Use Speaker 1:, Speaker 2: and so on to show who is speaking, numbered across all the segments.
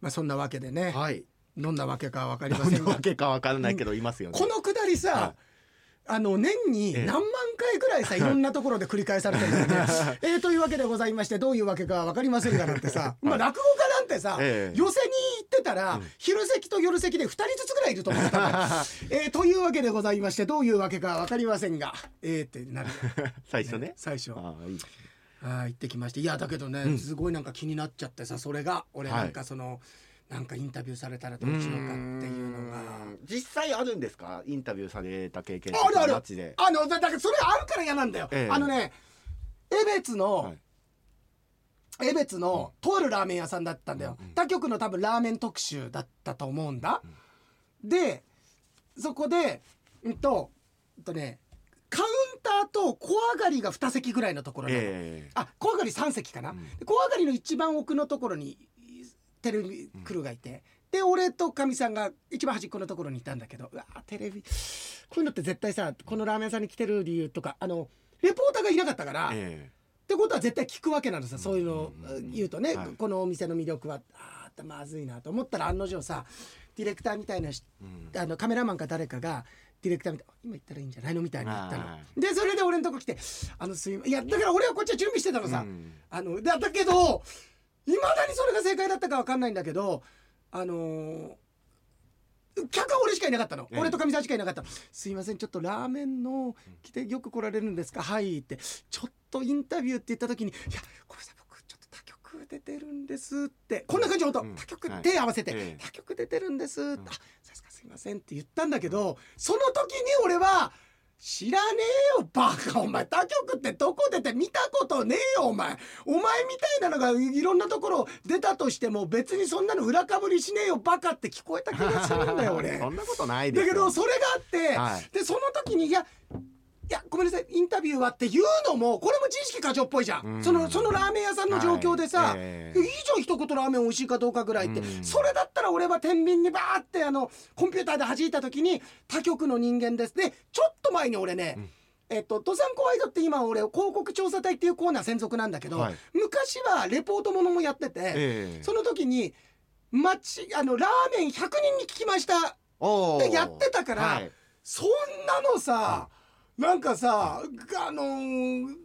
Speaker 1: まあそんなわけでね、
Speaker 2: はい
Speaker 1: どんなわけかわかりま
Speaker 2: どん
Speaker 1: せん
Speaker 2: な
Speaker 1: が
Speaker 2: わけかわからないけどいますよね
Speaker 1: このくだりさ、
Speaker 2: は
Speaker 1: あの年に
Speaker 2: ええ
Speaker 1: 何万回くらいさ、いろんなところで繰り返されてるんだ よね。えーというわけでございましてどういうわけか分かりませんがなんてさ、まあ、落語家なんてさ、
Speaker 2: ええ
Speaker 1: 寄席に行ってたら、昼席と夜席で2人ずつぐらいいると思ってたん だよ、えーというわけでございましてどういうわけか分かりませんがえー、ってなる、
Speaker 2: 最初ね
Speaker 1: 最初。
Speaker 2: ああいい
Speaker 1: あー行ってきましていやだけどね、すごいなんか気になっちゃってさそれが俺
Speaker 2: はい
Speaker 1: なんかその、なんかインタビューされたらどうしようかっていうのが。
Speaker 2: うん実際あるんですかインタビューされた経験
Speaker 1: あるある
Speaker 2: マジで
Speaker 1: あのだだからそれあるから嫌なんだよ、
Speaker 2: ええ
Speaker 1: あのね江別
Speaker 2: は
Speaker 1: の
Speaker 2: い
Speaker 1: 江別、のとあるラーメン屋さんだったんだよ、他局の多分ラーメン特集だったと思うんだ、でそこでうんとうんとねカウンターと小上がりが2席ぐらいのところなの
Speaker 2: え
Speaker 1: あ小上がり3席かな、
Speaker 2: うん
Speaker 1: で小上がりの一番奥のところにテレビクルーがいて、で俺とかみさんが一番端っこのところにいたんだけどうわーテレビこういうのって絶対さこのラーメン屋さんに来てる理由とかあのレポーターがいなかったから、っ
Speaker 2: ええ
Speaker 1: てことは絶対聞くわけなのさそういうのを
Speaker 2: うんうんうん
Speaker 1: 言うとね、
Speaker 2: はい
Speaker 1: このお店の魅力はあーまずいなと思ったら案の定さディレクターみたいなし
Speaker 2: えうん
Speaker 1: あのカメラマンか誰かがディレクターみたい今言ったらいいんじゃないのみたいに言ったの
Speaker 2: は
Speaker 1: でそれで俺のとこ来て「あのすいまいやだから俺はこっちは準備してたのさ、
Speaker 2: うん
Speaker 1: あのだだけどいまだにそれが正解だったかわかんないんだけどあのー客は俺しかいなかったの、
Speaker 2: ええ
Speaker 1: 俺とかみさんしかいなかったの「すいませんちょっとラーメンの来てよく来られるんですかはい」ってちょっとインタビューって言った時に「いやごめんなさい僕ちょっと他局出てるんです」ってこんな感じほんと、
Speaker 2: うん
Speaker 1: 他局、
Speaker 2: はい
Speaker 1: 手合わせて、
Speaker 2: ええ
Speaker 1: 他局出てるんです」
Speaker 2: ん
Speaker 1: あそうですかすいません」って言ったんだけどその時に俺は「知らねえよバカお前他局ってどこ出て見たことねえよお前お前みたいなのがいろんなところ出たとしても別にそんなの裏かぶりしねえよバカ」って聞こえた気がするんだよ俺。
Speaker 2: そんなことないで
Speaker 1: だ
Speaker 2: す
Speaker 1: け
Speaker 2: よ
Speaker 1: どそれがあって、
Speaker 2: はい
Speaker 1: でその時に「いやいやごめんなさいインタビューは」っていうのもこれも知識過剰っぽいじゃん、
Speaker 2: うん
Speaker 1: そのそのラーメン屋さんの状況でさ、
Speaker 2: はいええ
Speaker 1: いいじゃん一言ラーメン美味しいかどうかぐらいって、
Speaker 2: うん
Speaker 1: それだったら俺は天秤にバーってあのコンピューターで弾いた時に他局の人間ですでちょっと前に俺ね、
Speaker 2: うん
Speaker 1: えっと、登山コワイドって今俺広告調査隊っていうコーナー専属なんだけど、
Speaker 2: はい
Speaker 1: 昔はレポートものもやってて、
Speaker 2: ええ
Speaker 1: その時に街あのラーメン100人に聞きました
Speaker 2: おー
Speaker 1: でやってたから
Speaker 2: はい
Speaker 1: そんなのさ、なんかさ、あのー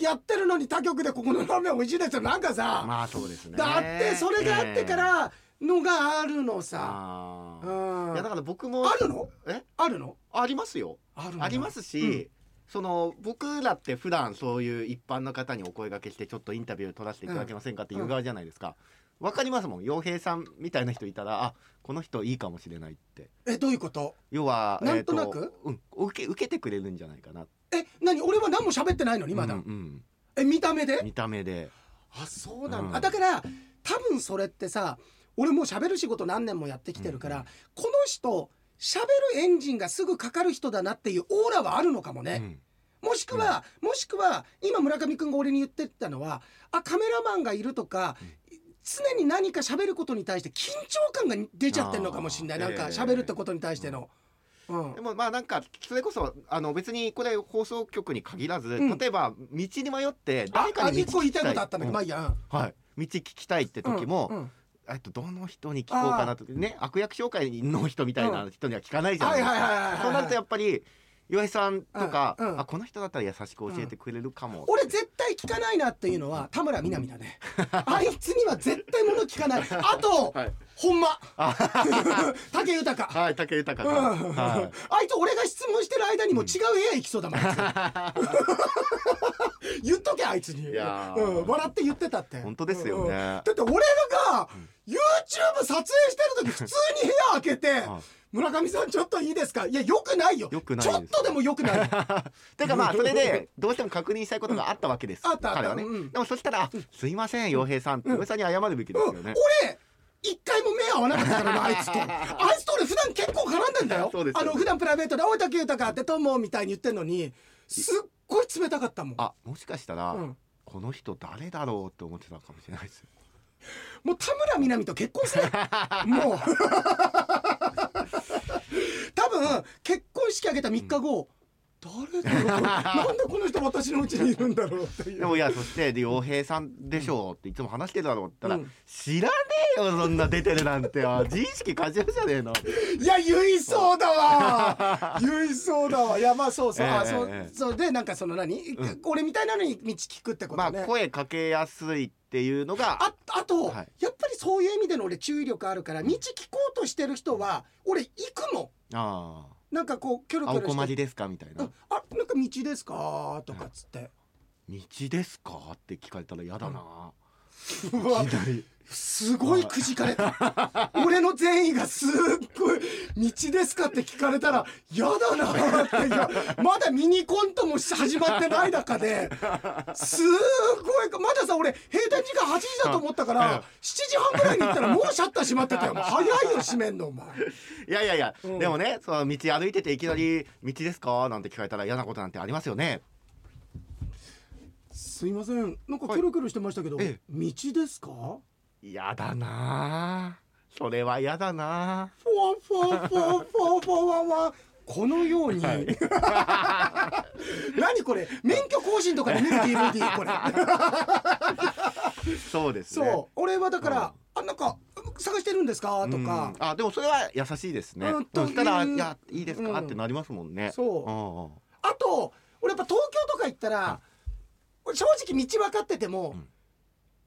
Speaker 1: やってるのに他局でここのラーメン美味しいですよ。なんかさ、
Speaker 2: まあそうですね
Speaker 1: だってそれがあってか
Speaker 2: ええ
Speaker 1: らのがあるのさ。
Speaker 2: あ
Speaker 1: う
Speaker 2: ー
Speaker 1: ん
Speaker 2: いやだ
Speaker 1: あ
Speaker 2: から僕も
Speaker 1: るの
Speaker 2: え
Speaker 1: あるの
Speaker 2: ありますよ
Speaker 1: あるの
Speaker 2: ありま。すし、
Speaker 1: うん
Speaker 2: その僕らって普段そういう一般の方にお声掛けしてちょっとインタビュー取らせていただけませんかっていう側じゃないですか、わかりますもん洋平さんみたいな人いたらあこの人いいかもしれないって
Speaker 1: え、どういうこと
Speaker 2: 要は
Speaker 1: なんとなく
Speaker 2: えーうん、受け受けてくれるんじゃないかな
Speaker 1: え、何俺は何も喋ってないのにまだ。
Speaker 2: うんうん
Speaker 1: え、見た目で
Speaker 2: 見た目で
Speaker 1: あそうなんだ、
Speaker 2: うん
Speaker 1: あだから多分それってさ俺もう喋る仕事何年もやってきてるから、
Speaker 2: うん
Speaker 1: この人喋るエンジンがすぐかかる人だなっていうオーラはあるのかも
Speaker 2: う
Speaker 1: ね、
Speaker 2: ん
Speaker 1: もしくは、もしくは今村上君が俺に言ってたのはあカメラマンがいるとか、常に何か喋ることに対して緊張感が出ちゃってるのかもしれない
Speaker 2: あ
Speaker 1: なん
Speaker 2: ー
Speaker 1: か喋るってことに対しての、うん
Speaker 2: でもまあなんかそれこそあの別にこれ放送局に限らず、
Speaker 1: うん
Speaker 2: 例えば道に迷って
Speaker 1: あ
Speaker 2: 誰かに
Speaker 1: 一
Speaker 2: 道
Speaker 1: 個
Speaker 2: 聞
Speaker 1: 言い
Speaker 2: き
Speaker 1: た
Speaker 2: た
Speaker 1: いこ
Speaker 2: い
Speaker 1: とあったんだけど、まあいいや、
Speaker 2: うんはい道聞きたいって
Speaker 1: うん
Speaker 2: 時も、
Speaker 1: うん
Speaker 2: えっと、どの人に聞こうかなとね悪役紹介の人みたいな人には聞かないじゃな
Speaker 1: はいい
Speaker 2: です
Speaker 1: はいはいはいはい
Speaker 2: か。そうなるとやっぱり岩井さんとか、
Speaker 1: うんうん
Speaker 2: あこの人だったら優しく教えてくれるかも、
Speaker 1: 俺絶対聞かないなっていうのは田村みなみだねあいつには絶対物聞かないあと、
Speaker 2: はい
Speaker 1: ほんま 武豊、
Speaker 2: はい武豊
Speaker 1: うん
Speaker 2: が、は
Speaker 1: あいつ俺が質問してる間にもう違う部屋行きそうだもん、あ いつ言っとけあいつに
Speaker 2: いやー
Speaker 1: うん、笑って言ってたって
Speaker 2: い、本当ですよね、
Speaker 1: うんだって俺が YouTube 撮影してる時普通に部屋開けて
Speaker 2: はい
Speaker 1: 村上さんちょっといいですかいやよくないよ
Speaker 2: 良くない
Speaker 1: ち
Speaker 2: で
Speaker 1: ょ
Speaker 2: す
Speaker 1: っとでもよく ない
Speaker 2: てかまあそれでどうしても確認したいことがあったわけです、
Speaker 1: うんあったあった
Speaker 2: 彼はね、
Speaker 1: うん
Speaker 2: でもそしたらあ「すいません洋平さん」って岩井さんに謝るべきですよね、
Speaker 1: 俺一回も目合わなかったからなあい つとあいつと俺普段結構絡んでんだよ
Speaker 2: そうですよ
Speaker 1: あ
Speaker 2: ね
Speaker 1: の普段プライベートで「おい竹豊ってどうも」みたいに言ってんのにすっごい冷たかったもん
Speaker 2: あもしかしたら、
Speaker 1: うん
Speaker 2: この人誰だろうって思ってたかもしれないですよ
Speaker 1: もう田村みなみと結 婚せえもう 多分結婚式挙げた3日後、誰だろう なんでこの人私のうちにいるんだろうっていう
Speaker 2: でもいやそしてで洋平さんでしょうっていつも話してるだろうって言ったら、
Speaker 1: うん
Speaker 2: 知らねよそんな出てるなんてよ自意識過剰じゃねえの
Speaker 1: いや言いそうだ わ言いそうだわいやまあそうそう、
Speaker 2: ええ
Speaker 1: あそう
Speaker 2: ええ
Speaker 1: そうでなんかその何、
Speaker 2: うん
Speaker 1: 俺みたいなのに道聞くってこ
Speaker 2: ま
Speaker 1: と
Speaker 2: あ
Speaker 1: ね、
Speaker 2: 声かけやすいっていうのが
Speaker 1: ああと、
Speaker 2: はい
Speaker 1: やっぱりそういう意味での俺注意力あるから道聞こうとしてる人は俺行くも
Speaker 2: あ
Speaker 1: んなんかこうキョロ
Speaker 2: ああ
Speaker 1: キ
Speaker 2: お
Speaker 1: ョロ
Speaker 2: 困
Speaker 1: し
Speaker 2: り
Speaker 1: て
Speaker 2: ですかみた
Speaker 1: 「
Speaker 2: い
Speaker 1: う
Speaker 2: なん
Speaker 1: あなんか道ですか?」とかっつって
Speaker 2: 道ですかって聞かれたら嫌だな
Speaker 1: うわ
Speaker 2: いきなり
Speaker 1: すごいくじかれた俺の善意がすっごい「道ですか?」って聞かれたら嫌だなっていやまだミニコントも始まってない中ですーごいまださ俺閉店時間8時だと思ったか
Speaker 2: うんう
Speaker 1: ら
Speaker 2: ん
Speaker 1: 7時半ぐらいに行ったらもうシャッター閉まって たよもう早いよ閉めんのお前。
Speaker 2: いやいやいや、
Speaker 1: うん
Speaker 2: でもねその道歩いてていきなり「道ですか?」なんて聞かれたら嫌なことなんてありますよね
Speaker 1: すいませんなんか
Speaker 2: はい
Speaker 1: キョロキョロしてましたけど、
Speaker 2: え
Speaker 1: 道ですか
Speaker 2: 嫌だなそれは嫌だな
Speaker 1: フォンフォンフォンフォンフォンワンワンこのように、何これ免許更新とかで見る DVD これ
Speaker 2: そうです
Speaker 1: そう、
Speaker 2: ね
Speaker 1: 俺はだから、あなんか探してるんですかとか、
Speaker 2: うんあでもそれは優しいですね、
Speaker 1: うんと
Speaker 2: そしたら「
Speaker 1: いう
Speaker 2: いやいいですか
Speaker 1: うん
Speaker 2: ってなりますもんね
Speaker 1: そう
Speaker 2: うんうん
Speaker 1: あと俺やっぱ東京とか行ったら、俺正直道分かってても、
Speaker 2: うん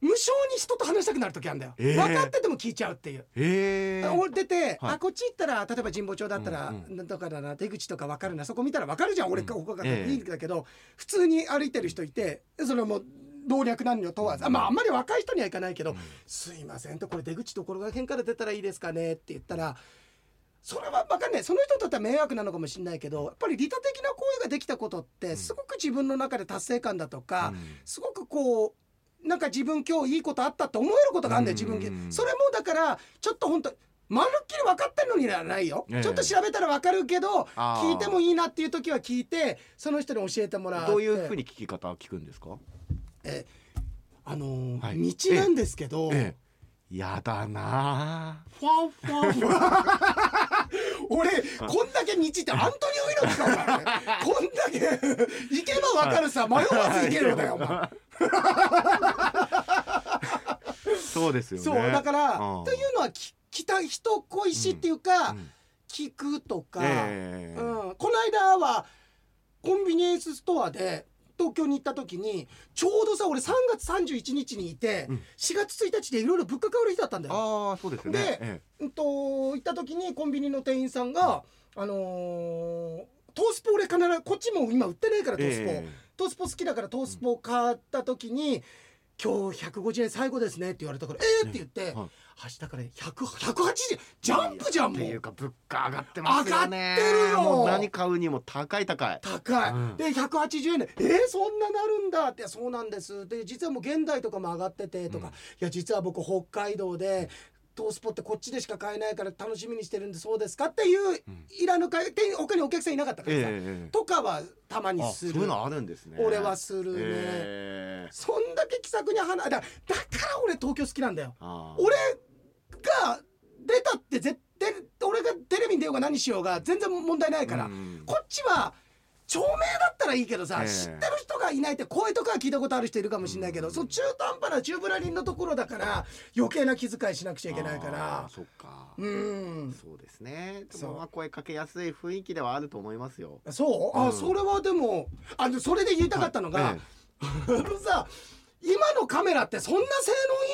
Speaker 1: 無償に人と話したくなる時あるんだよ、
Speaker 2: えー
Speaker 1: 分かってても聞いちゃうっていう
Speaker 2: へえ
Speaker 1: 俺出て、
Speaker 2: はい
Speaker 1: あこっち行ったら例えば神保町だったら、
Speaker 2: うんうん
Speaker 1: なんとかだな出口とか分かるなそこ見たら分かるじゃん俺か
Speaker 2: うん
Speaker 1: 他が、
Speaker 2: ええ
Speaker 1: いいんだけど普通に歩いてる人いてそれはもう動略なんよ問わず、あまああんまり若い人には行かないけど「すいません」と「これ出口ところが辺から出たらいいですかね」って言ったら。それは分かんないその人にとっては迷惑なのかもしれないけどやっぱり利他的な行為ができたことってすごく自分の中で達成感だとか、すごくこうなんか自分今日いいことあったって思えることがあるんだよ自分
Speaker 2: うんうんうん
Speaker 1: それもだからちょっと本当まるっきり分かってるのにはないよ、
Speaker 2: ええ
Speaker 1: ちょっと調べたら分かるけど
Speaker 2: あー
Speaker 1: 聞いてもいいなっていう時は聞いてその人に教えてもらって
Speaker 2: どういうふうに聞き方聞くんですか
Speaker 1: あのー
Speaker 2: はい
Speaker 1: 道なんですけど、
Speaker 2: やだな
Speaker 1: ファンファンファン 俺こんだけ道ってアントニオ猪木かお前こんだけ行けば分か るさ迷わず行けるんだよお前
Speaker 2: そうですよね
Speaker 1: そうだから
Speaker 2: うん
Speaker 1: というのは聞きた人恋しいっていうか、
Speaker 2: うん
Speaker 1: 聞くとか、
Speaker 2: ええ
Speaker 1: うん、この間はコンビニエンスストアで東京に行った時にちょうどさ俺3月31日にいて、
Speaker 2: うん
Speaker 1: 4月1日でいろいろ物価変わる日だったんだよ。
Speaker 2: ああそうですよね
Speaker 1: で
Speaker 2: え
Speaker 1: うんと行った時にコンビニの店員さんが、あのートースポ俺必ずこっちも今売ってないからトースポ、
Speaker 2: ええ
Speaker 1: トースポ好きだからトースポ買った時に、今日150円最後ですねって言われたから、えーって言って、
Speaker 2: はい
Speaker 1: 明日から100 180ジャンプじゃんも
Speaker 2: っていううか物価上がってますよね
Speaker 1: 上がってるよ
Speaker 2: もう何買うにも高い高い
Speaker 1: 高い、
Speaker 2: うん
Speaker 1: で180円で「えー、そんななるんだ」って「そうなんです」で実はもう現代とかも上がっててとか「
Speaker 2: うん
Speaker 1: いや実は僕北海道でトースポってこっちでしか買えないから楽しみにしてるんでそうですか」っていう
Speaker 2: うん
Speaker 1: いらぬ会店他にお客さんいなかったからさ、
Speaker 2: ええ
Speaker 1: とかはたまに
Speaker 2: あ
Speaker 1: す
Speaker 2: そう
Speaker 1: る
Speaker 2: いうのあるんですね
Speaker 1: 俺はするね、
Speaker 2: ええ
Speaker 1: そんだけ気さくに話だだから俺東京好きなんだよ
Speaker 2: あー
Speaker 1: 俺が出たって絶対俺がテレビに出ようが何しようが全然問題ないから、
Speaker 2: うん
Speaker 1: こっちは著名だったらいいけどさ、
Speaker 2: ええ
Speaker 1: 知ってる人がいないって声とかは聞いたことある人いるかもしれないけど、
Speaker 2: うん
Speaker 1: その中途半端な中ブラリンのところだから余計な気遣いしなくちゃいけないか
Speaker 2: あー
Speaker 1: ら
Speaker 2: そっか
Speaker 1: うん
Speaker 2: そうですねで
Speaker 1: そう
Speaker 2: もまあ声かけやすい雰囲気ではあると思いますよ
Speaker 1: そう、
Speaker 2: う
Speaker 1: あ
Speaker 2: ん
Speaker 1: それはでもあでそれで言いたかったのが、
Speaker 2: ええ
Speaker 1: あの さ今のカメラってそんな性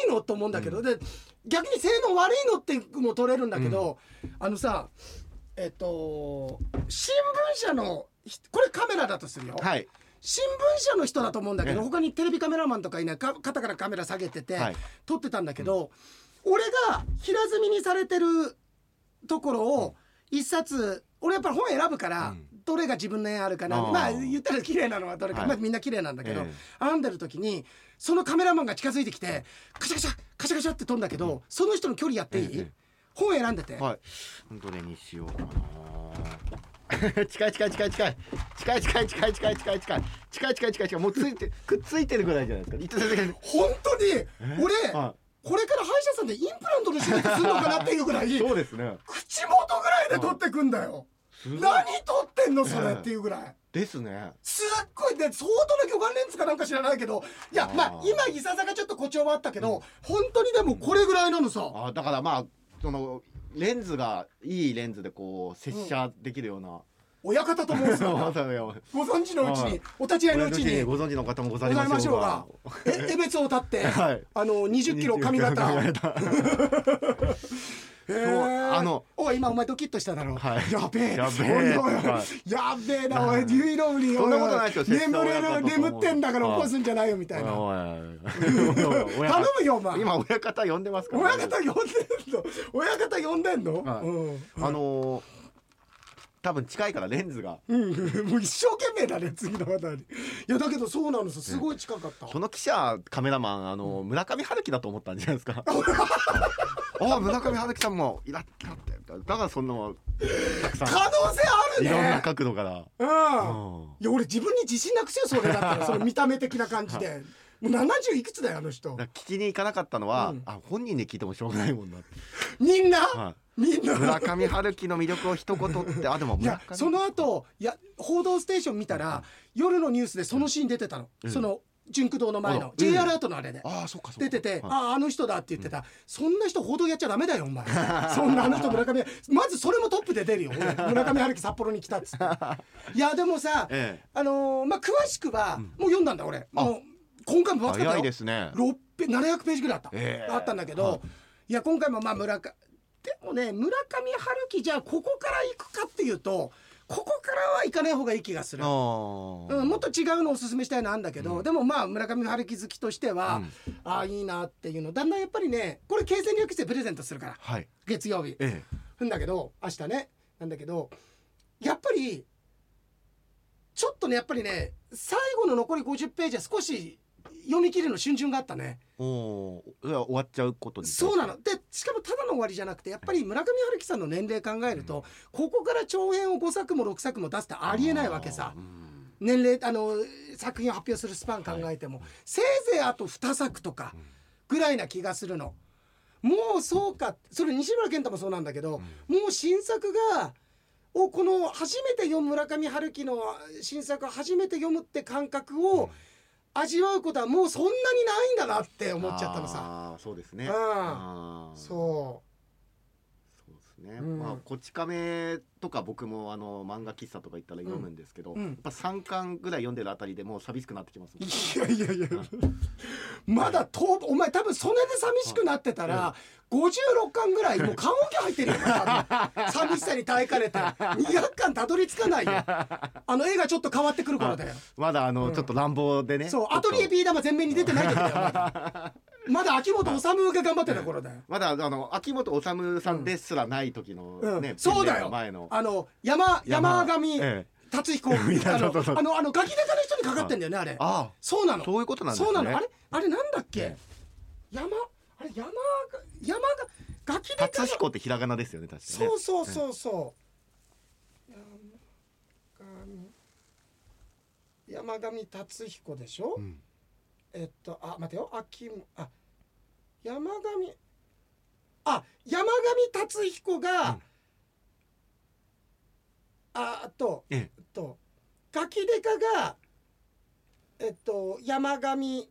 Speaker 1: 能いいのと思うんだけど、で逆に性能悪いのっても取れるんだけど、あのさえっと新聞社のひこれカメラだとするよ、
Speaker 2: はい
Speaker 1: 新聞社の人だと思うんだけど、
Speaker 2: ええ
Speaker 1: 他にテレビカメラマンとかいないか肩からカメラ下げてて、
Speaker 2: はい
Speaker 1: 撮ってたんだけど、俺が平積みにされてるところを一冊俺やっぱり本選ぶから、
Speaker 2: うん
Speaker 1: どれが自分の絵あるかな
Speaker 2: あー
Speaker 1: まあ言ったら綺麗なのはどれか、
Speaker 2: はい
Speaker 1: まあ、みんな綺麗なんだけど、
Speaker 2: ええ
Speaker 1: 編んでる時にそのカメラマンが近づいてきてカシャカシャカシャカシャって撮んだけど、その人の距離やっていい、
Speaker 2: ええ
Speaker 1: 本選んでて、
Speaker 2: はい。どれにしようかな。 近い近い近い近い近い近い近い近い近い近い近い近い近い近いもうついて くっついてるぐらいじゃないですか。いついついつい
Speaker 1: 本当に俺、
Speaker 2: つは
Speaker 1: これから歯医者さんでインプラントの手術するのかなっていうぐらい
Speaker 2: い。そうですね。
Speaker 1: 口元ぐらいで取ってくんだよ。
Speaker 2: すごい
Speaker 1: 何撮ってんのそれっていうぐらい
Speaker 2: ですね
Speaker 1: すっごいで相当な魚眼レンズかなんか知らないけどいや
Speaker 2: あー
Speaker 1: まあ今いささかちょっと誇張はあったけ
Speaker 2: う
Speaker 1: ど本当にでもこれぐらいなのさ
Speaker 2: あだからまあそのレンズがいいレンズでこう接写できるような、
Speaker 1: 親方と申すの
Speaker 2: ま
Speaker 1: が
Speaker 2: さにご
Speaker 1: ご存知のうち
Speaker 2: は
Speaker 1: に
Speaker 2: い
Speaker 1: お立ち会いのうちに
Speaker 2: 存知の方もござ
Speaker 1: ご
Speaker 2: い
Speaker 1: ざい
Speaker 2: ま
Speaker 1: ま
Speaker 2: し
Speaker 1: し
Speaker 2: ょ
Speaker 1: ょ
Speaker 2: う
Speaker 1: う
Speaker 2: が
Speaker 1: がえ江別を立って
Speaker 2: はい
Speaker 1: あの20キロ髪型
Speaker 2: 髪
Speaker 1: へ
Speaker 2: そう
Speaker 1: ー
Speaker 2: あの
Speaker 1: おい今お前ドキッとしただろ
Speaker 2: はい
Speaker 1: やべえ
Speaker 2: やべえ
Speaker 1: おいおいおい
Speaker 2: は
Speaker 1: やべえなおいユイロウに
Speaker 2: そんなことないですよ
Speaker 1: 眠れる眠ってんだから
Speaker 2: はい
Speaker 1: 起こすんじゃないよみたいな
Speaker 2: おいおいおいおいおい
Speaker 1: 頼むよお前
Speaker 2: 今親方呼んでますからね、
Speaker 1: 親方呼んでんの親方呼んでんの、
Speaker 2: はい
Speaker 1: うん
Speaker 2: あのー多分近いからレンズが
Speaker 1: うん、もう一生懸命だね次の話題にいやだけどそうなのさすごい近かった、
Speaker 2: その記者カメラマンあのー村上春樹だと思ったんじゃないですか あ村上春樹さんもいらっしゃってだからそんなのたくさん
Speaker 1: 可能性ある
Speaker 2: い
Speaker 1: ね
Speaker 2: ろんな角度から、
Speaker 1: うん、
Speaker 2: うん
Speaker 1: いや俺自分に自信なくせよそれだったらその見た目的な感じで、もう70いくつだよあの人
Speaker 2: だから聞きに行かなかったのは、
Speaker 1: うん
Speaker 2: あ本人で聞いてもしょうがないもん だって、
Speaker 1: みんな、
Speaker 2: は
Speaker 1: みん
Speaker 2: い、村
Speaker 1: な
Speaker 2: 上春樹の魅力を一言ってあでも
Speaker 1: い
Speaker 2: 村
Speaker 1: や
Speaker 2: 上
Speaker 1: その後いや「報道ステーション」見たら、夜のニュースでそのシーン出てたの、
Speaker 2: うん
Speaker 1: その純駆動の前の、
Speaker 2: うん
Speaker 1: J アラートのあれで、
Speaker 2: ああそうかそうか
Speaker 1: 出てて、
Speaker 2: はい
Speaker 1: あああの人だって言ってた、そんな人報道やっちゃダメだよお 前そんなあの人村上まずそれもトップで出るよ俺村上春樹札幌に来たっ つっていやでもさ、
Speaker 2: え
Speaker 1: あのーまあ詳しくは、もう読んだんだ俺もう今回も分
Speaker 2: え、
Speaker 1: 厚かっ
Speaker 2: 早
Speaker 1: た
Speaker 2: いで
Speaker 1: よ
Speaker 2: すね
Speaker 1: 6ペ700ページぐらいあった、
Speaker 2: ええ
Speaker 1: あったんだけど、、
Speaker 2: はい
Speaker 1: や今回もまあ村上でもね村上春樹じゃあここから行くかっていうとここからは行かない方がいい気がする
Speaker 2: あ。ー
Speaker 1: うん、もっと違うのをおすすめしたいのあんだけど、でもまあ村上春樹好きとしては、ああいいなっていうのだんだんやっぱりねこれ経済力士でプレゼントするから
Speaker 2: はい
Speaker 1: 月曜日
Speaker 2: え
Speaker 1: んだけど明日ねなんだけどやっぱりちょっとねやっぱりね最後の残り50ページは少し読み切るの瞬順があったね
Speaker 2: え、おおーいや終わっちゃうことに
Speaker 1: そうなのでしかもただの終わりじゃなくてやっぱり村上春樹さんの年齢考えると、ここから長編を5作も6作も出すってありえないわけさ
Speaker 2: あーうん
Speaker 1: 年齢あの作品を発表するスパン考えても、せいぜいあと2作とかぐらいな気がするの。もうそうかそれ西村健太もそうなんだけど、もう新作がをこの初めて読む村上春樹の新作を初めて読むって感覚を味わうことはもうそんなにないんだなって思っちゃったのさ。
Speaker 2: あーそうですね
Speaker 1: うん
Speaker 2: あーそう
Speaker 1: そ
Speaker 2: ですね、
Speaker 1: うん
Speaker 2: まあこち亀とか僕もあの漫画喫茶とか行ったら読むんですけど、
Speaker 1: うんうん
Speaker 2: やっぱ三巻ぐらい読んでるあたりでもう寂しくなってきますもん
Speaker 1: ういやいやいやまだとお前多分それで寂しくなってたら56巻ぐらいもう棺桶入ってるよ多分寂しさに耐えかねて200巻たどり着かないよあの絵がちょっと変わってくる頃だよ
Speaker 2: まだあの、
Speaker 1: うん
Speaker 2: ちょっと乱暴でね。
Speaker 1: そう
Speaker 2: ちょ
Speaker 1: ア
Speaker 2: っと
Speaker 1: トリエビー玉全面に出てない時だよまだ まだ秋元治が頑張ってた頃だよ
Speaker 2: まだあの秋元治さんですらない時の
Speaker 1: うん
Speaker 2: ね、
Speaker 1: そうだよ
Speaker 2: ペンネームの前の。
Speaker 1: あの山山上
Speaker 2: ええ
Speaker 1: 達彦
Speaker 2: いや
Speaker 1: あ
Speaker 2: そうそうそ
Speaker 1: の
Speaker 2: う
Speaker 1: あのあのガキデカの人にかかってんだよねあれ
Speaker 2: あ
Speaker 1: そうな
Speaker 2: あ、
Speaker 1: の
Speaker 2: そういうことなんですね。
Speaker 1: そうなのあれあれなんだっけ
Speaker 2: え
Speaker 1: 山あれ山が山がガキでか
Speaker 2: 達
Speaker 1: が
Speaker 2: 彦ってひらがなですよね、確かに、ね
Speaker 1: そ。うそうそうそう山上山上達彦でしょ、
Speaker 2: ん
Speaker 1: えっとあ待てよ秋もあ山上あ山上達彦が、
Speaker 2: うん
Speaker 1: ああと
Speaker 2: え
Speaker 1: えっとガキデカがえっと山上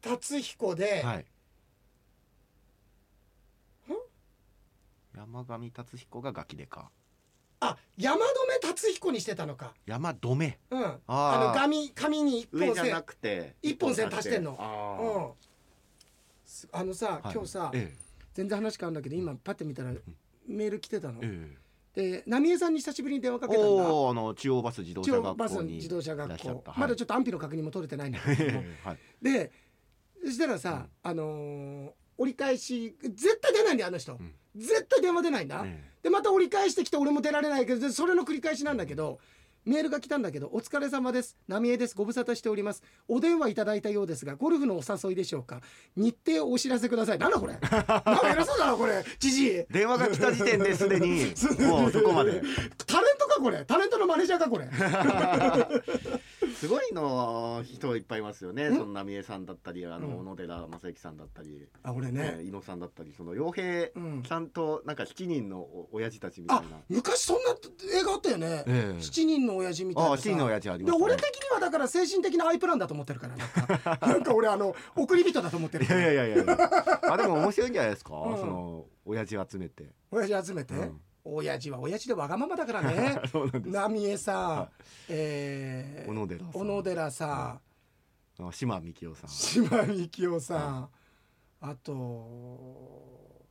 Speaker 1: 達彦
Speaker 2: え
Speaker 1: で、
Speaker 2: はい。山上達彦がガキでか。
Speaker 1: あ山留達彦にしてたのか
Speaker 2: 山止め。
Speaker 1: うんあ
Speaker 2: あー
Speaker 1: の紙紙に一
Speaker 2: 上
Speaker 1: 本
Speaker 2: じゃ
Speaker 1: 線
Speaker 2: なくて。
Speaker 1: 一本線足してんの
Speaker 2: あ
Speaker 1: うんすあのさ、
Speaker 2: あ、はい
Speaker 1: 今日さ、
Speaker 2: え
Speaker 1: 全然話変わるんだけど今パッて見たらメール来てたの
Speaker 2: え、え
Speaker 1: で浪江さんに久しぶりに電話
Speaker 2: え
Speaker 1: かけたんだ
Speaker 2: おお、あの中央バス自動
Speaker 1: 中
Speaker 2: 車
Speaker 1: 央バ
Speaker 2: 学
Speaker 1: ス
Speaker 2: 校
Speaker 1: の
Speaker 2: に。
Speaker 1: 自動車学
Speaker 2: いらっしゃ
Speaker 1: 校
Speaker 2: ったはい
Speaker 1: まだちょっと安否の確認も取れてないんだけども
Speaker 2: ええはい。
Speaker 1: でそしたらさ、あのー折り返し絶対出ないんだよあの人、
Speaker 2: ん
Speaker 1: 絶対電話出ないんだ、
Speaker 2: え
Speaker 1: でまた折り返してきて俺も出られないけどでそれの繰り返しなんだけどメールが来たんだけど「お疲れ様です浪江ですご無沙汰しておりますお電話いただいたようですがゴルフのお誘いでしょうか日程をお知らせください」なんだこ れなんか偉そうだなこれじじい
Speaker 2: え電話が来た時点ですでに、もうそこまで。
Speaker 1: タレント考かこれタレントのマネージャーかこれ
Speaker 2: すごいの人いっぱいいますよね
Speaker 1: ん
Speaker 2: その浪江さんだったりあの
Speaker 1: うん
Speaker 2: 小野寺正幸さんだったり、
Speaker 1: あ俺
Speaker 2: ね
Speaker 1: ね、
Speaker 2: 井野さんだったりその傭兵
Speaker 1: うん、
Speaker 2: さんとなんか7人のお親父たちみたい
Speaker 1: あ
Speaker 2: な、
Speaker 1: 昔そんな映画あったよね、
Speaker 2: ええ
Speaker 1: 七人の親父みたい
Speaker 2: あ
Speaker 1: な
Speaker 2: 7人の
Speaker 1: さ
Speaker 2: 親父あり
Speaker 1: で
Speaker 2: ました、ね
Speaker 1: 俺、的にはだから精神的なアイプランだと思ってるからなん かなんか俺あの送り人だと思ってる
Speaker 2: いやいやいやいやあでも面白いんじゃないですか、
Speaker 1: うん
Speaker 2: その親父集めて、
Speaker 1: 親父集めて、
Speaker 2: うん
Speaker 1: 親父は親父でわがままだから ね
Speaker 2: そうなんです
Speaker 1: 浪江さん、
Speaker 2: は
Speaker 1: えー
Speaker 2: 小野寺さん
Speaker 1: 小野寺さ
Speaker 2: あ島みきおさ
Speaker 1: ん
Speaker 2: ん
Speaker 1: 島美紀夫さん、あと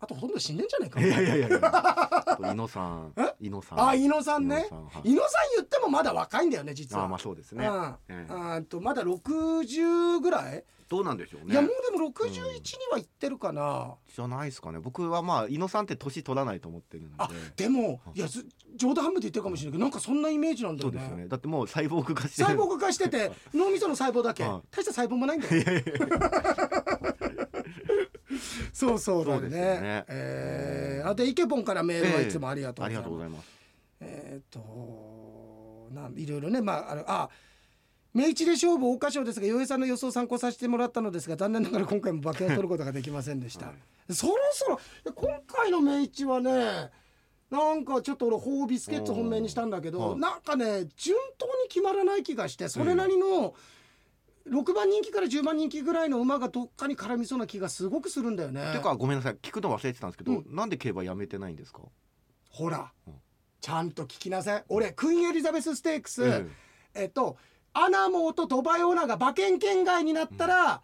Speaker 1: あとほとんど死んでんじゃないか
Speaker 2: いやいやいやいやあと井野さん
Speaker 1: え
Speaker 2: 井野さん
Speaker 1: あ井野さんね
Speaker 2: 井野さんはい
Speaker 1: 井野さん言ってもまだ若いんだよね実は
Speaker 2: あまあそうですね、
Speaker 1: うん
Speaker 2: ええ
Speaker 1: あーっとまだ60ぐらい、
Speaker 2: どうなんでしょう
Speaker 1: いやも
Speaker 2: ね
Speaker 1: うでも61には行ってるかな、
Speaker 2: じゃないですかね僕はまあ井野さんって年取らないと思ってるので
Speaker 1: あでも
Speaker 2: はい
Speaker 1: いやず冗談半分で言ってるかもしれないけどなんかそんなイメージなんだ
Speaker 2: そ
Speaker 1: よ
Speaker 2: うですよ
Speaker 1: ね
Speaker 2: ねだってもう細胞化してる
Speaker 1: 細胞化してて脳みその細胞だけ
Speaker 2: はい
Speaker 1: 大した細胞もないんだよ そうそうだ
Speaker 2: そう
Speaker 1: ね
Speaker 2: ですよね
Speaker 1: えーあでイケボンからメールはいつもありがとう
Speaker 2: あ
Speaker 1: ご
Speaker 2: り
Speaker 1: ざいま
Speaker 2: がと
Speaker 1: す
Speaker 2: うございます
Speaker 1: えーっとなんいろいろねまああのあ明治で勝負桜花賞ですが洋平さんの予想を参考させてもらったのですが残念ながら今回も馬券を取ることができませんでした、
Speaker 2: は
Speaker 1: そろそろいや今回の明治はねなんかちょっと俺ホービスケッツ本命にしたんだけ
Speaker 2: おー
Speaker 1: ど、
Speaker 2: はい
Speaker 1: なんかね順当に決まらない気がしてそれなりの6番人気から10番人気ぐらいの馬がどっかに絡みそうな気がすごくするんだよね。
Speaker 2: てかごめんなさい聞くの忘れてたんですけど、
Speaker 1: う
Speaker 2: なんで競馬やめてないんですか、
Speaker 1: ほら、
Speaker 2: うん
Speaker 1: ちゃんと聞きなさい俺クイーンエリザベスステークス、
Speaker 2: え
Speaker 1: えっと、アナモーとドバイオナが馬券圏外になったら、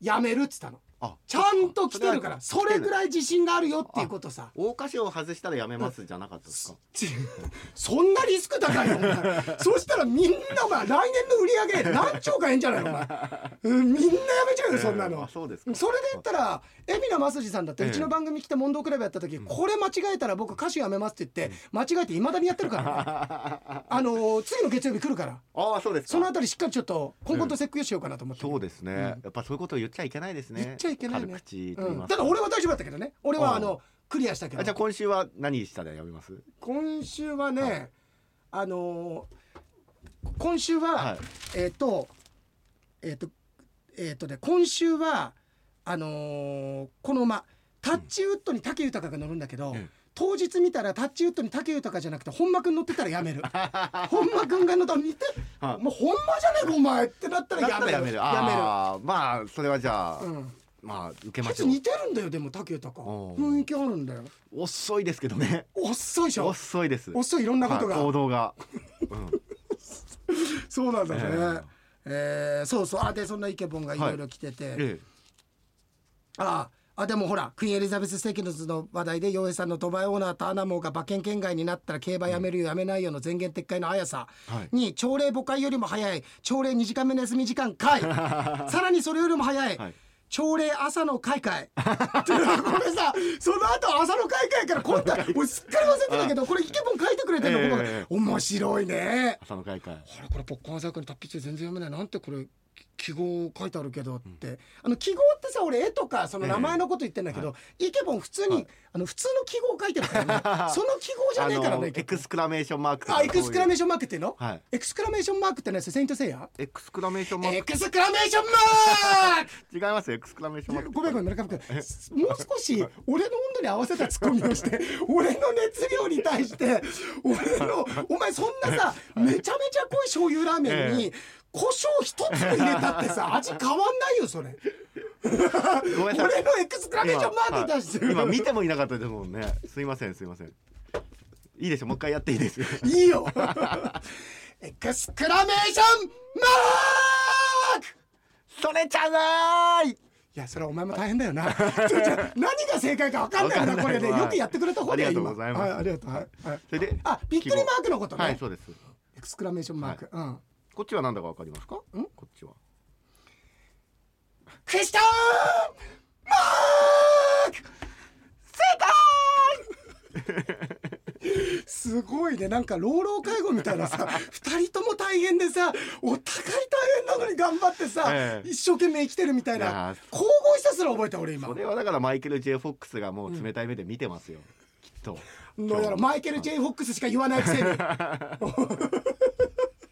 Speaker 1: やめるっつったの。
Speaker 2: えあ
Speaker 1: ちゃんと来てるから、それぐ
Speaker 2: い
Speaker 1: らい自信があるよっていうことさ。
Speaker 2: 桜花賞を外したらやめますじゃなかったですか、
Speaker 1: ち そんなリスク高 いのお前そしたらみんなお前来年の売り上げ何兆かえんじゃないのお 前、うんみんなやめちゃうよそんな
Speaker 2: ええあ
Speaker 1: の、
Speaker 2: そうですか
Speaker 1: それで言ったら海老名正治さんだって
Speaker 2: ええ
Speaker 1: うちの番組来て問答クラブやった時、これ間違えたら僕歌手やめますって言って間違えていまだにやってるから ねあのー次の月曜日来るから
Speaker 2: ああそうですか
Speaker 1: そのあたりしっかりちょっと今後と説教しようかなと思ってる、
Speaker 2: そうですね、やっぱそういうことを言っちゃいけないですね
Speaker 1: 言っちゃいけないね
Speaker 2: 軽口と言
Speaker 1: う
Speaker 2: い
Speaker 1: ん
Speaker 2: ま
Speaker 1: た
Speaker 2: すか
Speaker 1: だ俺は大丈夫だったけどね俺はあ
Speaker 2: うん
Speaker 1: のクリアしたけ
Speaker 2: あじゃあ
Speaker 1: ど
Speaker 2: 今週は何したらやめます
Speaker 1: 今週はね、
Speaker 2: はい
Speaker 1: あのー今週は、
Speaker 2: はい
Speaker 1: えっ、とえっ、とえっ、とね今週はあのーこの馬タッチウッドに武豊が乗るんだけど、
Speaker 2: ええ
Speaker 1: 当日見たらタッチウッドに武豊じゃなくて本間くん乗ってたらや める本間くんが乗ったら見て、
Speaker 2: はい
Speaker 1: もう本間じゃねえかお前ってなったら
Speaker 2: だった
Speaker 1: や
Speaker 2: ら
Speaker 1: める
Speaker 2: やめるああまあそれはじゃ
Speaker 1: や
Speaker 2: あ、
Speaker 1: めるうん
Speaker 2: まあ受けま
Speaker 1: ケ
Speaker 2: し
Speaker 1: ツ
Speaker 2: ょう
Speaker 1: 似てるんだよでも武豊
Speaker 2: おう
Speaker 1: 雰囲気あるんだよ
Speaker 2: 遅いですけどね
Speaker 1: 遅いでしょ
Speaker 2: 遅いです
Speaker 1: 遅いいろんなことが
Speaker 2: はい行動が、うん
Speaker 1: そうなんだね、え
Speaker 2: ええ
Speaker 1: ーそうそうあでそんなイケボンがいろいろ来てて、
Speaker 2: ええ
Speaker 1: ああでもほらクイーンエリザベス・ステキノズの話題で洋平さんのドバイオーナーとアナモーが馬券圏外になったら競馬やめるよやめないよの前言撤回の速さ、
Speaker 2: はい
Speaker 1: に朝礼母会よりも 早い朝礼2時間目の休み時間会さらにそれよりも早い、
Speaker 2: はい
Speaker 1: 朝礼朝の会会 っていうのはこれさその後朝の会会から今 回俺すっかり忘れてたけどこれイケボン書いてくれてるの、
Speaker 2: ええ
Speaker 1: この面白いね
Speaker 2: 朝の会会
Speaker 1: あれこれポッカン細工に達筆で全然読めないなんてこれ記号書いてあるけどって、あの記号ってさ俺絵とかその名前のこと言ってんだけど、イケボン普通に、あの普通の記号書いてる からねその記号じゃ
Speaker 2: あ
Speaker 1: ねえから
Speaker 2: の
Speaker 1: ね
Speaker 2: エ
Speaker 1: 結
Speaker 2: クスクラメーションマークと
Speaker 1: 構
Speaker 2: か
Speaker 1: あエクスクラメー
Speaker 2: シ
Speaker 1: ションマークっていうの、
Speaker 2: はい
Speaker 1: エクスクラメーションマークってねセイントセイヤ
Speaker 2: ョンエクスクラメーションマー
Speaker 1: エ
Speaker 2: ク
Speaker 1: クスクラメーションマーク
Speaker 2: 違いますよエクスクラメーションマーク
Speaker 1: ごめんごめん村上君もう少し俺の温度に合わせたツッコミを して俺の熱量に対して俺のお前そんなさめちゃめちゃ濃い醤油ラーメン
Speaker 2: え
Speaker 1: に胡椒一つも入れたってさ味変わんないよそれ
Speaker 2: ご
Speaker 1: 俺
Speaker 2: めん
Speaker 1: の
Speaker 2: なさい
Speaker 1: エクスクラメーションマークに対して
Speaker 2: 今,、はい今見てもいなかったですもんねすいませんすいませんいいでしょもう一回やっていいですよ
Speaker 1: いい よエクスクラメーションマーク
Speaker 2: それじゃない
Speaker 1: いやそれはお前も大変だよな ちょちょ何が正解か分かんないよな
Speaker 2: わかんない
Speaker 1: これで
Speaker 2: はい
Speaker 1: よくやってくれた方だよ
Speaker 2: ありがとう
Speaker 1: 今
Speaker 2: ございます
Speaker 1: はいありがとうはいはい
Speaker 2: それで
Speaker 1: あびっくりマークのことね、
Speaker 2: はいそうです
Speaker 1: エクスクラメーションマーク、うん
Speaker 2: こっちは何だかわかりますか
Speaker 1: ん
Speaker 2: こっちは
Speaker 1: クリスチャンマーク正解すごいねなんか老老介護みたいな さ二人とも大変でさお互い大変なのに頑張ってさ、
Speaker 2: ええ
Speaker 1: 一生懸命生きてるみたい
Speaker 2: いや
Speaker 1: な
Speaker 2: ー
Speaker 1: 神々しさすら覚えた俺今
Speaker 2: それはだからマイケル・ J ・フォックスがもう冷たい目で見てますよ、きっと
Speaker 1: のやろマイケル・ J ・フォックスしか言わない くせに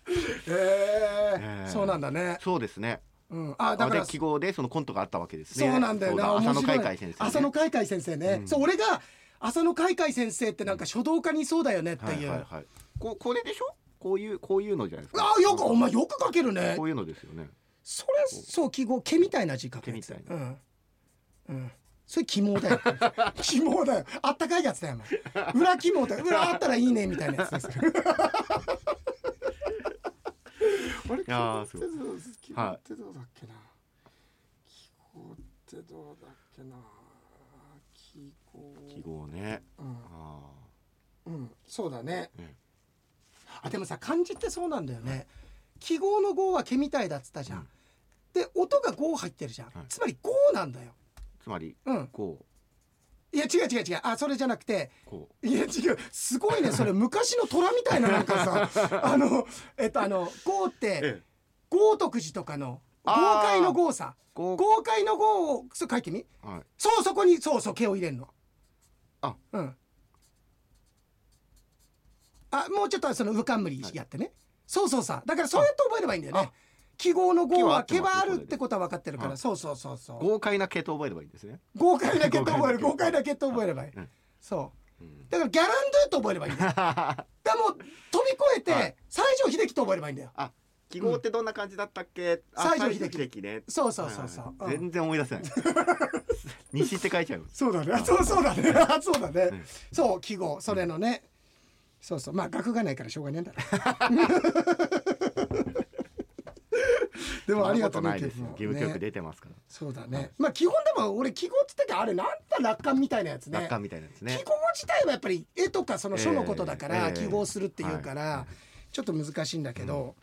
Speaker 1: え
Speaker 2: え
Speaker 1: ー、そうなんだね、
Speaker 2: そうですね
Speaker 1: うん、あだ
Speaker 2: あ
Speaker 1: か
Speaker 2: で
Speaker 1: ら
Speaker 2: 記号でそのコントがあったわけですね
Speaker 1: そうなんだよな
Speaker 2: そう
Speaker 1: 面
Speaker 2: 浅野
Speaker 1: 白い
Speaker 2: 海海先生、ね、
Speaker 1: 浅野海海先生ね、
Speaker 2: うん
Speaker 1: そう俺が浅野海海先生ってなんか書道家にそうだよねっていう、
Speaker 2: はいはいはいここれでしょこういうこういうのじゃないですか
Speaker 1: ああよくお前よく書けるね
Speaker 2: こういうのですよね
Speaker 1: それそう記号毛みたいな字書くやつ
Speaker 2: 毛み
Speaker 1: たいなうん、うん、それ肝 だよ肝だよあったかいやつだよお前裏肝だよ裏あったらいいねみたいなやつ ですあれ
Speaker 2: いやーそう
Speaker 1: 記
Speaker 2: 号って
Speaker 1: どうだっけな、記号ってどうだっけな記号
Speaker 2: 記号ね
Speaker 1: うん
Speaker 2: あ
Speaker 1: うん、そうだね、
Speaker 2: うん
Speaker 1: あでもさ漢字ってそうなんだよね記号の「号」は「毛」みたいだっつったじゃん、
Speaker 2: うん
Speaker 1: で音が「号」入ってるじゃん、
Speaker 2: はい
Speaker 1: つまり「号」なんだよ
Speaker 2: ーつまり
Speaker 1: うん
Speaker 2: こう
Speaker 1: いや違う違う違うあそれじゃなくて
Speaker 2: こ
Speaker 1: いや違うすごいね それ昔の虎みたいななんかさあのえっとあの「号」っ
Speaker 2: う
Speaker 1: て
Speaker 2: え
Speaker 1: 豪徳寺とかの豪
Speaker 2: あー
Speaker 1: 快の「号」さ
Speaker 2: こ
Speaker 1: 豪快の「号」をそう書いてみ
Speaker 2: うはい
Speaker 1: そうそこにそうそう毛を入れるの
Speaker 2: あ
Speaker 1: うんあもうちょっとその浮かんむりやってね、そうそうさだからそうやって覚えればいいんだよね
Speaker 2: あ
Speaker 1: 記号の号は
Speaker 2: 記
Speaker 1: 毛
Speaker 2: 号は
Speaker 1: は
Speaker 2: 合
Speaker 1: あ
Speaker 2: ってます
Speaker 1: るってことは分かってるから、
Speaker 2: はい
Speaker 1: そうそうそうそう
Speaker 2: 豪快な系統覚えればいいんですね
Speaker 1: 豪快だけと覚える豪
Speaker 2: 豪
Speaker 1: 快
Speaker 2: 快
Speaker 1: だ
Speaker 2: な
Speaker 1: けと覚えればいい、
Speaker 2: うん
Speaker 1: そう
Speaker 2: うん
Speaker 1: だからギャランドゥと覚えればいいんだよだからもう飛び越えて、
Speaker 2: はい
Speaker 1: 西城秀樹と覚えればいいんだよ
Speaker 2: あ記号ってどんな感じだったっけ、あ
Speaker 1: 西城秀樹
Speaker 2: 西樹ね
Speaker 1: そうそうそうそう、
Speaker 2: はいはい
Speaker 1: うん
Speaker 2: 全然思い出 せない西って書いちゃいます
Speaker 1: そうだね。そうそうだね。あ そうだね
Speaker 2: うん。
Speaker 1: そう記号それのね。そうそうまあ額がないからしょうがねえんだ な。でもありがとう
Speaker 2: そ
Speaker 1: ね
Speaker 2: んなことないですよ義
Speaker 1: 記号
Speaker 2: 務教育
Speaker 1: ね
Speaker 2: 出てますから、
Speaker 1: そうだね。まあ基本でも俺記号っつったけどあれなんだ楽観みたいなやつね
Speaker 2: 楽。観みたいなんですね
Speaker 1: 記号自体はやっぱり絵とかその書のことだか
Speaker 2: え
Speaker 1: ら
Speaker 2: え
Speaker 1: 記号するっていうか
Speaker 2: は
Speaker 1: らちょっと難しいんだけど。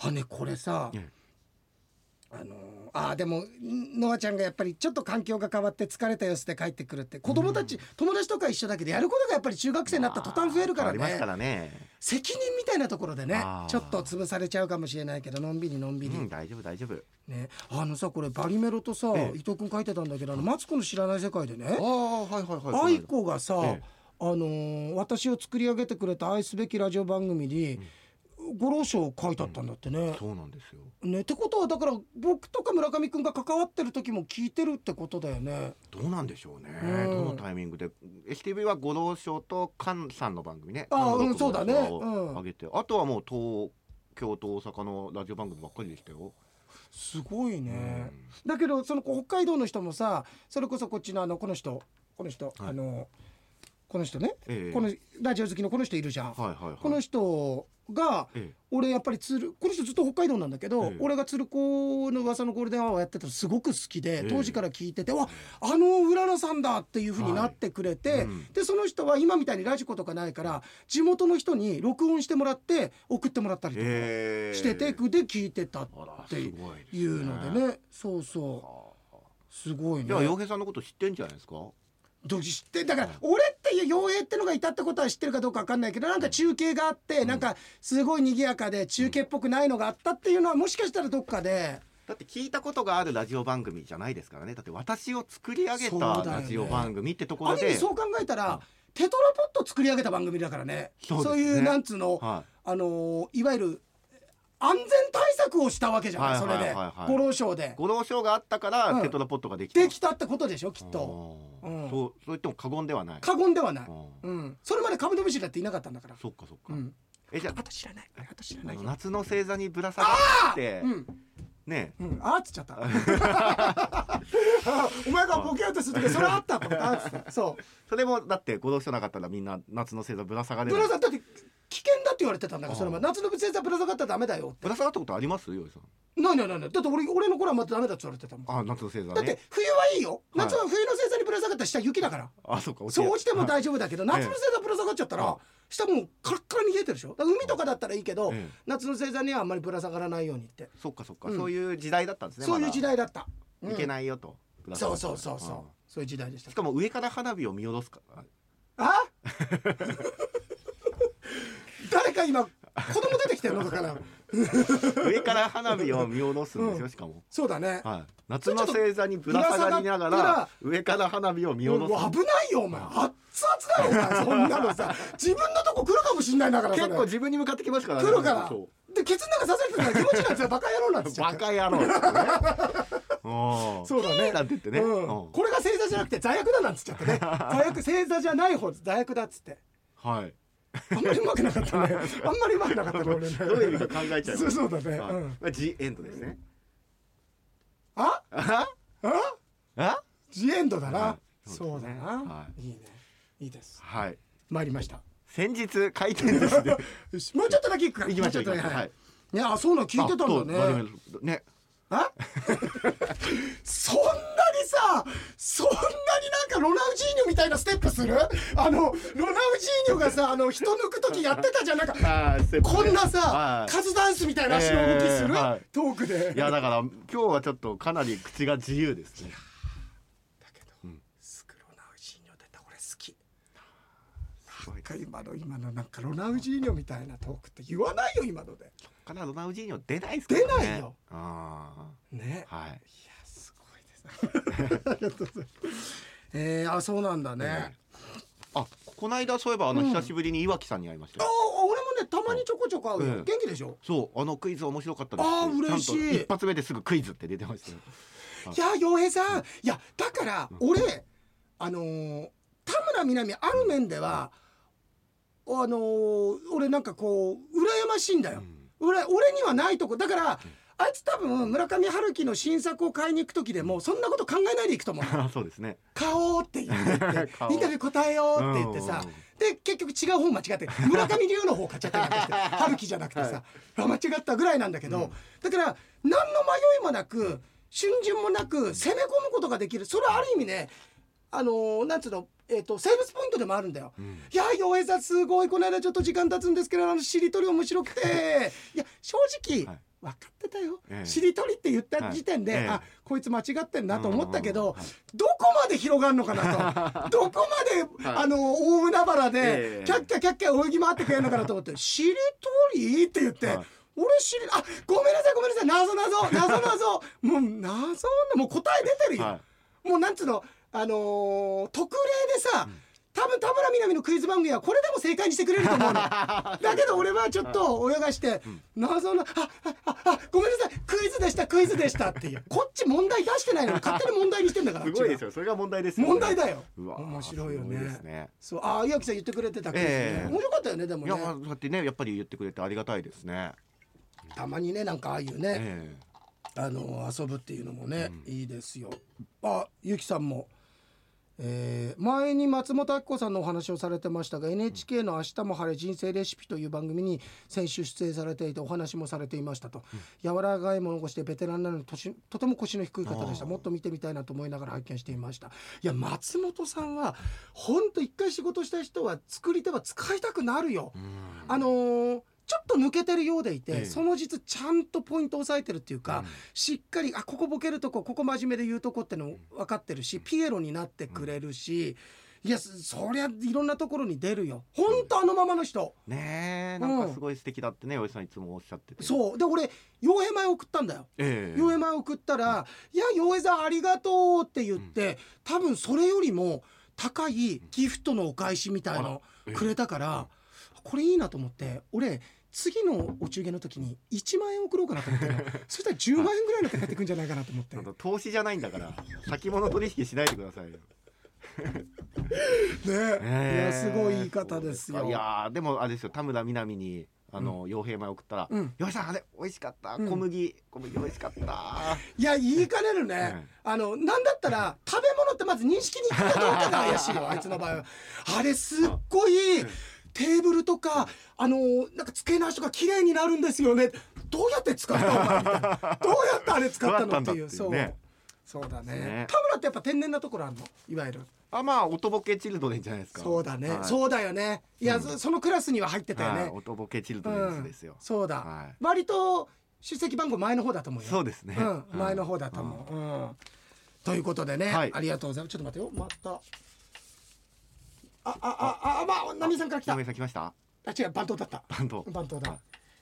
Speaker 1: あねこれさ
Speaker 2: ええ。
Speaker 1: あのーあーでもんノアちゃんがやっぱりちょっと環境が変わって疲れた様子で帰ってくるって子供たち、友達とか一緒だけどやることがやっぱり中学生になった途端増えるから
Speaker 2: あります
Speaker 1: ね
Speaker 2: からね、
Speaker 1: 責任みたいなところでね
Speaker 2: あー
Speaker 1: ちょっと潰されちゃうかもしれないけどのんびりのん
Speaker 2: う
Speaker 1: びり、
Speaker 2: ん、大丈夫大丈夫
Speaker 1: ねあのさこれバリメロとさ、
Speaker 2: ええ
Speaker 1: 伊藤君書いてたんだけどあのマツコの知らない世界でね
Speaker 2: ああはいはいはい
Speaker 1: 愛子がさ、
Speaker 2: ええ
Speaker 1: あのー私を作り上げてくれた愛すべきラジオ番組に、ご老書書いてあったんだってね、
Speaker 2: そうなんですよ
Speaker 1: ねってことはだから僕とか村上くんが関わってる時も聞いてるってことだよね
Speaker 2: どうなんでしょうね、
Speaker 1: うん
Speaker 2: どのタイミングで STV は五郎賞と菅さんの番組ね
Speaker 1: ああ
Speaker 2: 菅野
Speaker 1: うんそうだね
Speaker 2: 六郎
Speaker 1: う
Speaker 2: を
Speaker 1: ん
Speaker 2: 上げて、あとはもう東京と大阪のラジオ番組ばっかりでしたよ、
Speaker 1: すごいね
Speaker 2: うん
Speaker 1: だけどそのこう北海道の人もさそれこそこっちのあのこの人この人、
Speaker 2: はい
Speaker 1: あのこの人ね、
Speaker 2: ええ
Speaker 1: このラジオ好きのこの人いるじゃん、
Speaker 2: はいはいはい
Speaker 1: この人が
Speaker 2: え
Speaker 1: 俺やっぱり鶴この人ずっと北海道なんだけど、
Speaker 2: ええ
Speaker 1: 俺が鶴子の噂のゴールデンアワーやってたのすごく好きで、
Speaker 2: ええ
Speaker 1: 当時から聞いてて「わあのうららさんだ」っていうふうになってくれて、
Speaker 2: はいうん
Speaker 1: でその人は今みたいにラジコとかないから地元の人に録音してもらって送ってもらったりとか
Speaker 2: ええ
Speaker 1: してて、で聞いてたっ
Speaker 2: あら
Speaker 1: て
Speaker 2: す
Speaker 1: い
Speaker 2: ごいですね
Speaker 1: うのでねそうそう
Speaker 2: はあ
Speaker 1: すごいね
Speaker 2: じゃあ洋平さんのこと知ってんじゃないですか
Speaker 1: どう知ってだから俺っていう傭兵ってのがいたってことは知ってるかどうかわかんないけどなんか中継があってなんかすごい賑やかで中継っぽくないのがあったっていうのはもしかしたらどっかで
Speaker 2: だって聞いたことがあるラジオ番組じゃないですからねだって私を作り上げ
Speaker 1: そうだよ
Speaker 2: た
Speaker 1: ね
Speaker 2: ラジオ番組ってとこ
Speaker 1: あ
Speaker 2: ろ
Speaker 1: る意
Speaker 2: で
Speaker 1: 味そう考えたらテトラポット作り上げた番組だからね
Speaker 2: そう
Speaker 1: そう
Speaker 2: ですね
Speaker 1: いうなんつうの
Speaker 2: は
Speaker 1: あのーいわゆる安全対策をしたわけじゃないそれ
Speaker 2: はいは
Speaker 1: で
Speaker 2: いはいはい
Speaker 1: ご老省で
Speaker 2: い、ご老賞があったから、
Speaker 1: うん
Speaker 2: テトラポットができた
Speaker 1: できたってことでしょきっと
Speaker 2: あー
Speaker 1: うん
Speaker 2: そうそう言っても過言ではない
Speaker 1: 過言ではない
Speaker 2: あ、ー
Speaker 1: うん、それまでカブトムシだっていなかったんだから
Speaker 2: そっかそっ
Speaker 1: う
Speaker 2: か、
Speaker 1: ん
Speaker 2: えじゃあ
Speaker 1: あと知らないあと知ら
Speaker 2: あ
Speaker 1: ない
Speaker 2: の
Speaker 1: よ
Speaker 2: 夏の星座にぶら下がって、
Speaker 1: うん
Speaker 2: ね
Speaker 1: うん、あーっつっちゃった。 お前がボケようとするとき、それあったと思った。あーっつった。そ
Speaker 2: それもだってご同賞なかったらみんな夏の星座ぶら下が
Speaker 1: う。
Speaker 2: れ
Speaker 1: ブ
Speaker 2: る
Speaker 1: ラザーだって危険だって言われてたんだから、それは
Speaker 2: あー
Speaker 1: 夏の節はブラザーがあったらダメだよ
Speaker 2: ぶら下がったことありますよいさん
Speaker 1: って。ないないないない。だって俺俺の頃はまたダメだって言われてたもん。だ
Speaker 2: あ夏の星座
Speaker 1: って
Speaker 2: ね
Speaker 1: 冬はいいよ。
Speaker 2: はい
Speaker 1: 夏は冬の星座にブラザーがあったら下雪だから。
Speaker 2: あそうか
Speaker 1: そう落ちても
Speaker 2: はい
Speaker 1: 大丈夫だけど、夏の星座ぶら下がっちゃったら
Speaker 2: は、
Speaker 1: 下もうカラッカラに冷えてるでしょ。だから海とかだったらいいけど、
Speaker 2: ええ
Speaker 1: 夏の星座にはあんまりぶら下がらないようにって。
Speaker 2: そっかそっか、
Speaker 1: うん
Speaker 2: そういう時代だったんですね
Speaker 1: そういう時代だった。
Speaker 2: まだいけ
Speaker 1: い。
Speaker 2: ないよと、ぶら下
Speaker 1: そ
Speaker 2: が
Speaker 1: う
Speaker 2: った
Speaker 1: そ
Speaker 2: ら
Speaker 1: うそうそう
Speaker 2: あー。
Speaker 1: そういう時代でした
Speaker 2: し。かも上から花火を見下ろすから
Speaker 1: あ 誰か今子供出てきたよ喉から
Speaker 2: 上から花火を見下ろすんです
Speaker 1: う
Speaker 2: よ、
Speaker 1: ん
Speaker 2: しかも。
Speaker 1: そうだね、
Speaker 2: はい、夏の星座にぶら下がりなが
Speaker 1: ぶら下がっ
Speaker 2: ら上から花火を見
Speaker 1: う
Speaker 2: 下
Speaker 1: ん
Speaker 2: ろす
Speaker 1: 危ないよお前熱々だよお前そんなの さ自分のとこ来るかもしんないんだからそれ
Speaker 2: 結構自分に向かってきますからね
Speaker 1: 来るから
Speaker 2: そう
Speaker 1: でケツの中刺されてるから気持ちなんですよバカ野郎なんですよ
Speaker 2: バカ野郎っつってね おー
Speaker 1: そうだね
Speaker 2: キーなんて言ってね、
Speaker 1: うん
Speaker 2: うん
Speaker 1: これが正座じゃなくて罪悪だなんつっちゃ ってね罪悪正座じゃない方罪悪だっつって
Speaker 2: はい
Speaker 1: あんまりうまくなかった ねあんまりうまくなかったね俺ね
Speaker 2: どういう意味か考えちゃい
Speaker 1: そ
Speaker 2: ま
Speaker 1: う
Speaker 2: す
Speaker 1: そうだね、
Speaker 2: は
Speaker 1: うん
Speaker 2: い、ジエンドですね
Speaker 1: あ
Speaker 2: あ
Speaker 1: あ
Speaker 2: あ
Speaker 1: ジエンドだな、
Speaker 2: はい
Speaker 1: そ
Speaker 2: そうう
Speaker 1: だ
Speaker 2: ですね
Speaker 1: な、、
Speaker 2: はい
Speaker 1: いねいいです
Speaker 2: はい
Speaker 1: 参りました
Speaker 2: 先日回転寿司で
Speaker 1: よしもうちょっとだけ行くか
Speaker 2: 行きましょう
Speaker 1: も
Speaker 2: 行
Speaker 1: う
Speaker 2: き
Speaker 1: ち
Speaker 2: ま
Speaker 1: ょっと
Speaker 2: しょう
Speaker 1: ね
Speaker 2: はいい
Speaker 1: ねあそうなの 聞いてたんだね
Speaker 2: あそうね
Speaker 1: あ そんなにさそんなになんかロナウジーニョみたいなステップするあのロナウジーニョがさあの人抜く時やってたじゃんなんか
Speaker 2: あーステップね
Speaker 1: こんなさ
Speaker 2: はい
Speaker 1: カズダンスみたいな足の動きする、
Speaker 2: えーはい
Speaker 1: トークで
Speaker 2: いやだから今日はちょっとかなり口が自由ですね
Speaker 1: だけど、
Speaker 2: うん
Speaker 1: スクロナウジーニョ出た俺好きなんか今の今のなんかロナウジーニョみたいなトークって言わないよ今ので
Speaker 2: かなロナウジーニョ出ないですからね
Speaker 1: 出ないよ
Speaker 2: あ
Speaker 1: ね
Speaker 2: あはい
Speaker 1: いやすごいですありがとうございます えー、あそうなんだね、
Speaker 2: あこの間そういえばあの
Speaker 1: うん
Speaker 2: 久しぶりに岩城さんに会いました
Speaker 1: あ
Speaker 2: よ、
Speaker 1: あ俺もねたまにちょこちょこ会うよ、
Speaker 2: うん
Speaker 1: 元気でしょ
Speaker 2: そうあのクイズ面白かったです
Speaker 1: あー嬉しい
Speaker 2: ちゃんと一発目ですぐクイズって出てましたよ
Speaker 1: いや洋平さん、いやだから俺、あのー田村みな実ある面では、あのー俺なんかこう羨ましいんだよ、俺俺にはないとこだから、あいつ多分村上春樹の新作を買いに行く時でもそんなこと考えないで行くと思う
Speaker 2: あ そうですね
Speaker 1: 買おうって言 って
Speaker 2: 買おう
Speaker 1: インタビュー答えようって言ってさ
Speaker 2: うんうん
Speaker 1: で結局違う方間違 って村上龍の方買っちゃったりなんかして春樹じゃなくてさ、あ間違ったぐらいなんだけど、だから何の迷いもなく春巡もなく攻め込むことができるそれはある意味ねあのーなんつうの、えー、とセールスポイントでもあるんだよ。
Speaker 2: うん
Speaker 1: いや洋平さんすごいこの間ちょっと時間経つんですけどあのしりとり面白くていや正直、
Speaker 2: はい
Speaker 1: 分かってたよ、
Speaker 2: ええ
Speaker 1: しりとりって言った時点で、
Speaker 2: はいええ
Speaker 1: あこいつ間違ってんなと思ったけど、
Speaker 2: うんうんうんはい
Speaker 1: どこまで広がるのか なとどこまで、
Speaker 2: はい
Speaker 1: あの大海原で、
Speaker 2: ええ
Speaker 1: キャッキャキャッキャ泳ぎ回ってくれるのかなと思って「しりとり?」って言って。
Speaker 2: はい
Speaker 1: 俺知りあごめんなさいごめんなさい謎謎謎謎もう謎のもう答え出てるよ、
Speaker 2: は
Speaker 1: もうなんつうの、あのー特例でさ、多分田村みな実のクイズ番組はこれでも正解にしてくれると思 うのだけど俺はちょっと泳がして謎の「ああああごめんなさいクイズでしたクイズでした」って いうこっち問題出してないのに勝手に問題にしてんだから
Speaker 2: いすごいです
Speaker 1: よ
Speaker 2: よそれが問題ですよ、
Speaker 1: 問題だよ
Speaker 2: うわー
Speaker 1: 面白いよね
Speaker 2: すごですね
Speaker 1: そうああ岩城さん言ってくれてたけど、
Speaker 2: ええ
Speaker 1: 面白かったよねでも
Speaker 2: いやま
Speaker 1: ね
Speaker 2: あだってねやっぱり言ってくれてありがたいですね
Speaker 1: たまにねなんかああいうね、
Speaker 2: え
Speaker 1: あの遊ぶっていうのもね、いいですよ。あゆきさんも、えー前に松本明子さんのお話をされてましたが NHK の「明日も晴れ人生レシピ」という番組に先週出演されていてお話もされていましたと、柔らかい物腰でベテランなのにとしとても腰の低い方でした
Speaker 2: あー
Speaker 1: もっと見てみたいなと思いながら拝見していましたいや松本さんは本当一回仕事した人は作り手は使いたくなるよ。
Speaker 2: えうん
Speaker 1: あのーちょっと抜けてるようでいて、
Speaker 2: ええ
Speaker 1: その実ちゃんとポイントを押さえてるっていうか、
Speaker 2: うん
Speaker 1: しっかりあここボケるとこここ真面目で言うとこっての分かってるし、ピエロになってくれるし、いやそそりゃいろんなところに出るよほんとあのままの人
Speaker 2: ねえなんかすごい素敵だってね、おじさんいつもおっしゃっててう
Speaker 1: そうで俺傭兵前送ったんだよ
Speaker 2: ええ
Speaker 1: 傭兵前送ったら「いや傭兵さんありがとう」って言って、多分それよりも高いギフトのお返しみたいの
Speaker 2: あら
Speaker 1: くれたから、これいいなと思って俺次のお中元の時に1万円送ろうかなと思 ってるのそしたら10万円ぐらいのって返ってくるんじゃないかなと思って
Speaker 2: なんか投資じゃないんだから先物取引しないでくださいよ、
Speaker 1: ね い
Speaker 2: ええ
Speaker 1: やすごい言い方ですよ
Speaker 2: そうかいやーでもあれですよ田村みな実にあの、傭兵前送ったら
Speaker 1: うん
Speaker 2: 「洋、平さんあれ美味しかった
Speaker 1: うん
Speaker 2: 小麦、小麦美味しかった
Speaker 1: いや言いかねるね、
Speaker 2: はい
Speaker 1: あのなんだったら食べ物ってまず認識にいくかどうかが怪しい よあいつの場合はあれすっごいテーブルとかあのなんか付け直しとか綺麗になるんですよねどうやって使ったのかみたいなどうやってあれ使ったのっていう
Speaker 2: どうやったんだっていうね
Speaker 1: そうそうだね
Speaker 2: ね
Speaker 1: 田村ってやっぱ天然なところあるのいわゆる」
Speaker 2: あまあおとぼけチルドレンじゃないですか
Speaker 1: そうだね、
Speaker 2: はい
Speaker 1: そうだよねいや、そそのクラスには入ってたよ
Speaker 2: はい
Speaker 1: ね、
Speaker 2: おとぼけチルド
Speaker 1: う
Speaker 2: レン
Speaker 1: ん
Speaker 2: ズですよ、
Speaker 1: そうだ、
Speaker 2: はい
Speaker 1: 割と出席番号前の方だと思うよ
Speaker 2: そうですね、
Speaker 1: うん、前の方だと思う。うんということでね、
Speaker 2: はい
Speaker 1: ありがとうございます。ちょっと待ってよ、また。あ、あ、あ、あ、まあ、ナミさんから来た。
Speaker 2: 嫁さん来ました
Speaker 1: あ、違う、番頭だった。
Speaker 2: バンド
Speaker 1: 番頭だ
Speaker 2: は。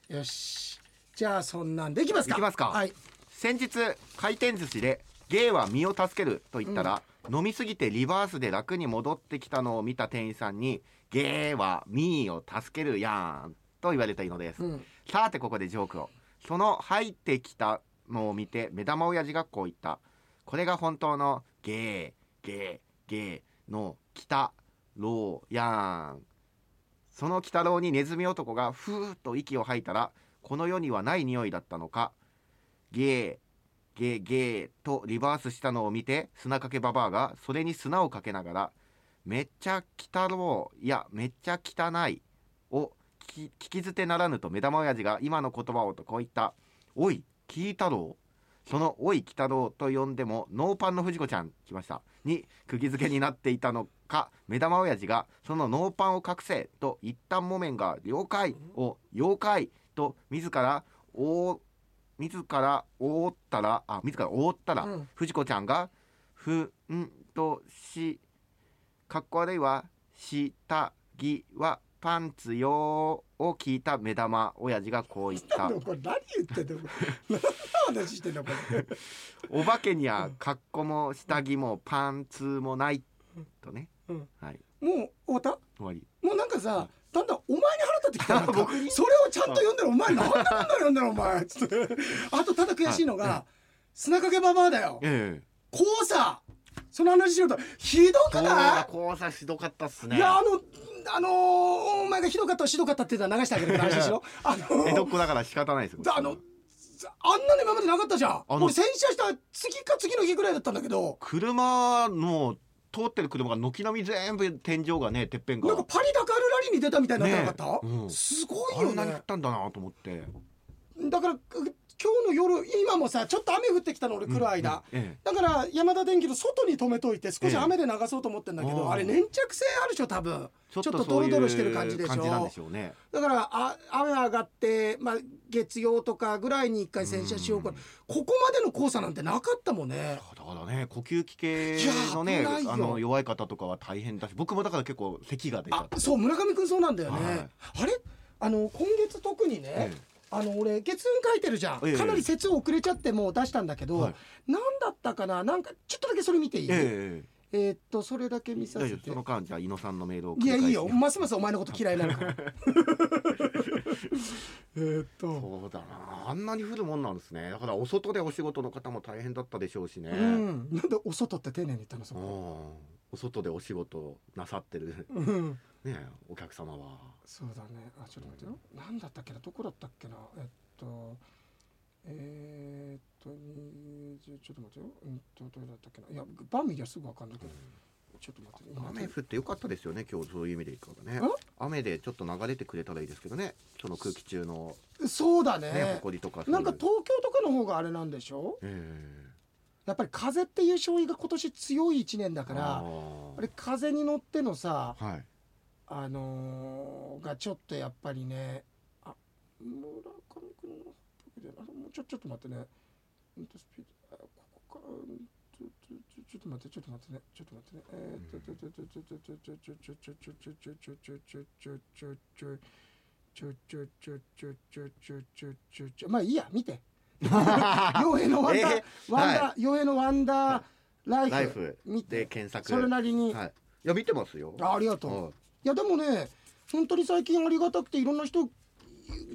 Speaker 1: よし。じゃあそんなんでいきますか
Speaker 2: いきますか
Speaker 1: はい
Speaker 2: 先日回転寿司で「芸は身を助ける」と言ったら、飲みすぎてリバースで楽に戻ってきたのを見た店員さんに「芸は身を助けるやん」と言われたいのです、
Speaker 1: うん
Speaker 2: さてここでジョークをその入ってきたのを見て目玉親父がこう言ったこれが本当のゲーゲーゲーの北郎やんその北郎にネズミ男がふーっと息を吐いたらこの世にはない匂いだったのかゲーゲーゲーとリバースしたのを見て砂かけババアがそれに砂をかけながらめっちゃ北郎いやめっちゃ汚いを聞き聞き捨てならぬと目玉親父が今の言葉をとこう言った「おい聞いたろう」その「おい来たろう」と呼んでもノーパンの藤子ちゃん来ましたに釘付けになっていたのか目玉親父がそのノーパンを隠せと一旦木綿が「了解」を「妖怪」と自ら「おう自ら覆ったらあ自ら覆ったら、
Speaker 1: うん
Speaker 2: 藤子ちゃんが「ふんとし」かっこ悪いわ下着はパンツよーを聞いた目玉親父がこう言った
Speaker 1: これ何言ってんのこれ何の話してんのこれ
Speaker 2: お化けには格好も下着もパンツもないとね、
Speaker 1: うん
Speaker 2: はい
Speaker 1: もう終わった
Speaker 2: 終わり
Speaker 1: もうなんかさ、だんだんお前に腹立ってきたな
Speaker 2: 僕
Speaker 1: それをちゃんと読んでるお前なんでこんなの読んだのお前つってあとただ悔しいのが砂かけババアだよ
Speaker 2: ええ
Speaker 1: こうさその話しようとひどく
Speaker 2: 動
Speaker 1: な
Speaker 2: 画交差しどかったっす
Speaker 1: い、
Speaker 2: ね
Speaker 1: いやあのあのーお前がひどかったしどかったって言ったら流してあげるから安心し ろあの
Speaker 2: 江戸っ
Speaker 1: ー
Speaker 2: 子だから仕方ないですよ
Speaker 1: あのあんなの今までなかったじゃん
Speaker 2: あの
Speaker 1: 俺洗車した次か次の日ぐらいだったんだけど
Speaker 2: 車の通ってる車が軒並み全部天井がねてっぺんが
Speaker 1: なんかパリダカールラリーに出たみたいになってなかった、
Speaker 2: ねえうん
Speaker 1: すごい
Speaker 2: あ
Speaker 1: よ
Speaker 2: んなに降
Speaker 1: ね
Speaker 2: ったんだなと思って
Speaker 1: だからう今日の夜今もさちょっと雨降ってきたの俺来る間、
Speaker 2: うんうんえ
Speaker 1: だから山田電機の外に止めといて少し雨で流そうと思ってんだけど、
Speaker 2: ええ
Speaker 1: あれ粘着性あるでしょ多分
Speaker 2: え
Speaker 1: ちょっと
Speaker 2: そういう
Speaker 1: ドロドロしてる感じでしょ
Speaker 2: 感じなんでしょうね
Speaker 1: だからあ雨上がって、まあ、月曜とかぐらいに一回洗車しようか
Speaker 2: うん
Speaker 1: ここまでの黄砂なんてなかったもんね
Speaker 2: だからね呼吸器系の
Speaker 1: い
Speaker 2: ね
Speaker 1: や危ないよ
Speaker 2: あの弱い方とかは大変だし僕もだから結構咳が出ちゃっ
Speaker 1: あ
Speaker 2: て
Speaker 1: そう村上君そうなんだよね、
Speaker 2: はい
Speaker 1: あれあの今月特にね、
Speaker 2: え
Speaker 1: あの俺月運書いてるじゃん、
Speaker 2: ええ
Speaker 1: かなり節遅れちゃってもう出したんだけど、
Speaker 2: はい
Speaker 1: 何だったかななんかちょっとだけそれ見ていい、
Speaker 2: えええ
Speaker 1: えーっとそれだけ見さ
Speaker 2: 大
Speaker 1: せ
Speaker 2: 丈夫
Speaker 1: て
Speaker 2: その間じゃあ井野さんのメールを
Speaker 1: いやいい
Speaker 2: 繰
Speaker 1: よ
Speaker 2: り返し
Speaker 1: ますますお前のこと嫌いなのから えーっと
Speaker 2: そうだなあんなに降るもんなんですねだからお外でお仕事の方も大変だったでしょうしね、
Speaker 1: うん、なんでお外って丁寧に言ったのそ
Speaker 2: うん
Speaker 1: こ、
Speaker 2: お外でお仕事なさってる
Speaker 1: うん、
Speaker 2: ねお客様は
Speaker 1: そうだねあちょっと待ってよ何だったっけなどこだったっけなえっとえー、っと20ちょっと待ってようんとどれだったっけないや番見りゃすぐ分かるんだけどちょっと待ってね今
Speaker 2: 雨降ってよかったですよね今日そういう意味でいくとね
Speaker 1: ん
Speaker 2: 雨でちょっと流れてくれたらいいですけどねその空気中の
Speaker 1: そうだ
Speaker 2: ね
Speaker 1: ね
Speaker 2: 埃とかそうい
Speaker 1: な
Speaker 2: うん
Speaker 1: か東京とかの方があれなんでしょ
Speaker 2: ええ
Speaker 1: やっぱり風っていう勝因が今年強い1年だから
Speaker 2: あ
Speaker 1: あ
Speaker 2: ー
Speaker 1: れ風に乗ってのさ
Speaker 2: はい
Speaker 1: あのー、がちょっとやっぱりねあ村上君の時であれもうちょちょっと待ってねうんとスピードあここからうんちょちょちょちょっと待ってちょっと待ってねちょっと待ってねえーっとちょちょちょちょちょちょちょちょちょちょちょちょちょちょちょちょちょちょちょちょちょちょちょちょちょちょまあいいや見て傭兵のワンダー
Speaker 2: えー
Speaker 1: ワン
Speaker 2: は
Speaker 1: ダー傭兵のワンダーライフ
Speaker 2: ライフ
Speaker 1: 見
Speaker 2: で
Speaker 1: て
Speaker 2: 検索
Speaker 1: それなりに
Speaker 2: はい、いや見てますよ
Speaker 1: あありがとう
Speaker 2: はい
Speaker 1: やでもね本当に最近ありがたくていろんな人っ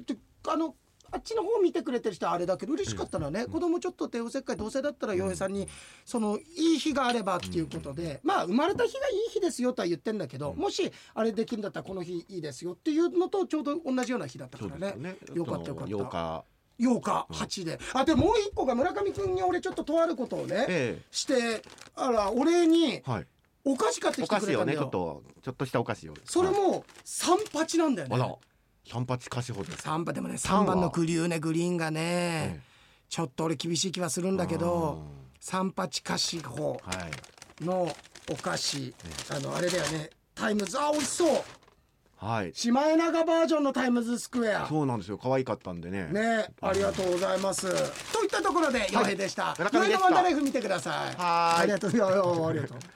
Speaker 1: てあのあっちの方見てくれてる人はあれだけど嬉しかったのはね、子供ちょっと帝王切開同性だったら洋平さんに、そのいい日があればっていうことで、まあ生まれた日がいい日ですよとは言ってんだけど、もしあれできるんだったらこの日いいですよっていうのとちょうど同じような日だった
Speaker 2: そ
Speaker 1: か
Speaker 2: うで
Speaker 1: ら
Speaker 2: すよ
Speaker 1: ね
Speaker 2: ね
Speaker 1: よかったよかった
Speaker 2: 8日
Speaker 1: 8日8で、あでもう一個が村上君に俺ちょっととあることをね
Speaker 2: え
Speaker 1: してあらお礼に
Speaker 2: えはい
Speaker 1: お菓子買って
Speaker 2: お
Speaker 1: きて
Speaker 2: 菓
Speaker 1: く
Speaker 2: 子
Speaker 1: れた
Speaker 2: を
Speaker 1: んだ
Speaker 2: ねち
Speaker 1: よ
Speaker 2: ょっとちょっとしたお菓子を
Speaker 1: それ
Speaker 2: はい
Speaker 1: も三八なんだよね
Speaker 2: あら三八菓子法です
Speaker 1: 三番でもね
Speaker 2: 三は
Speaker 1: 3番のクリューネグリーンがね、
Speaker 2: ええ
Speaker 1: ちょっと俺厳しい気はするんだけど三八菓子法
Speaker 2: うんはい
Speaker 1: のお菓子、あのあれだよねタイムズあ美味しそう
Speaker 2: はい
Speaker 1: シマエナガバージョンのタイムズスクエア
Speaker 2: そうなんですよ可愛かったんでね
Speaker 1: ねありがとうございますといったところで洋平でした
Speaker 2: 村上で
Speaker 1: 洋平
Speaker 2: した
Speaker 1: のワンダーライフ見てください
Speaker 2: はーい
Speaker 1: ありがとういやいやありがとう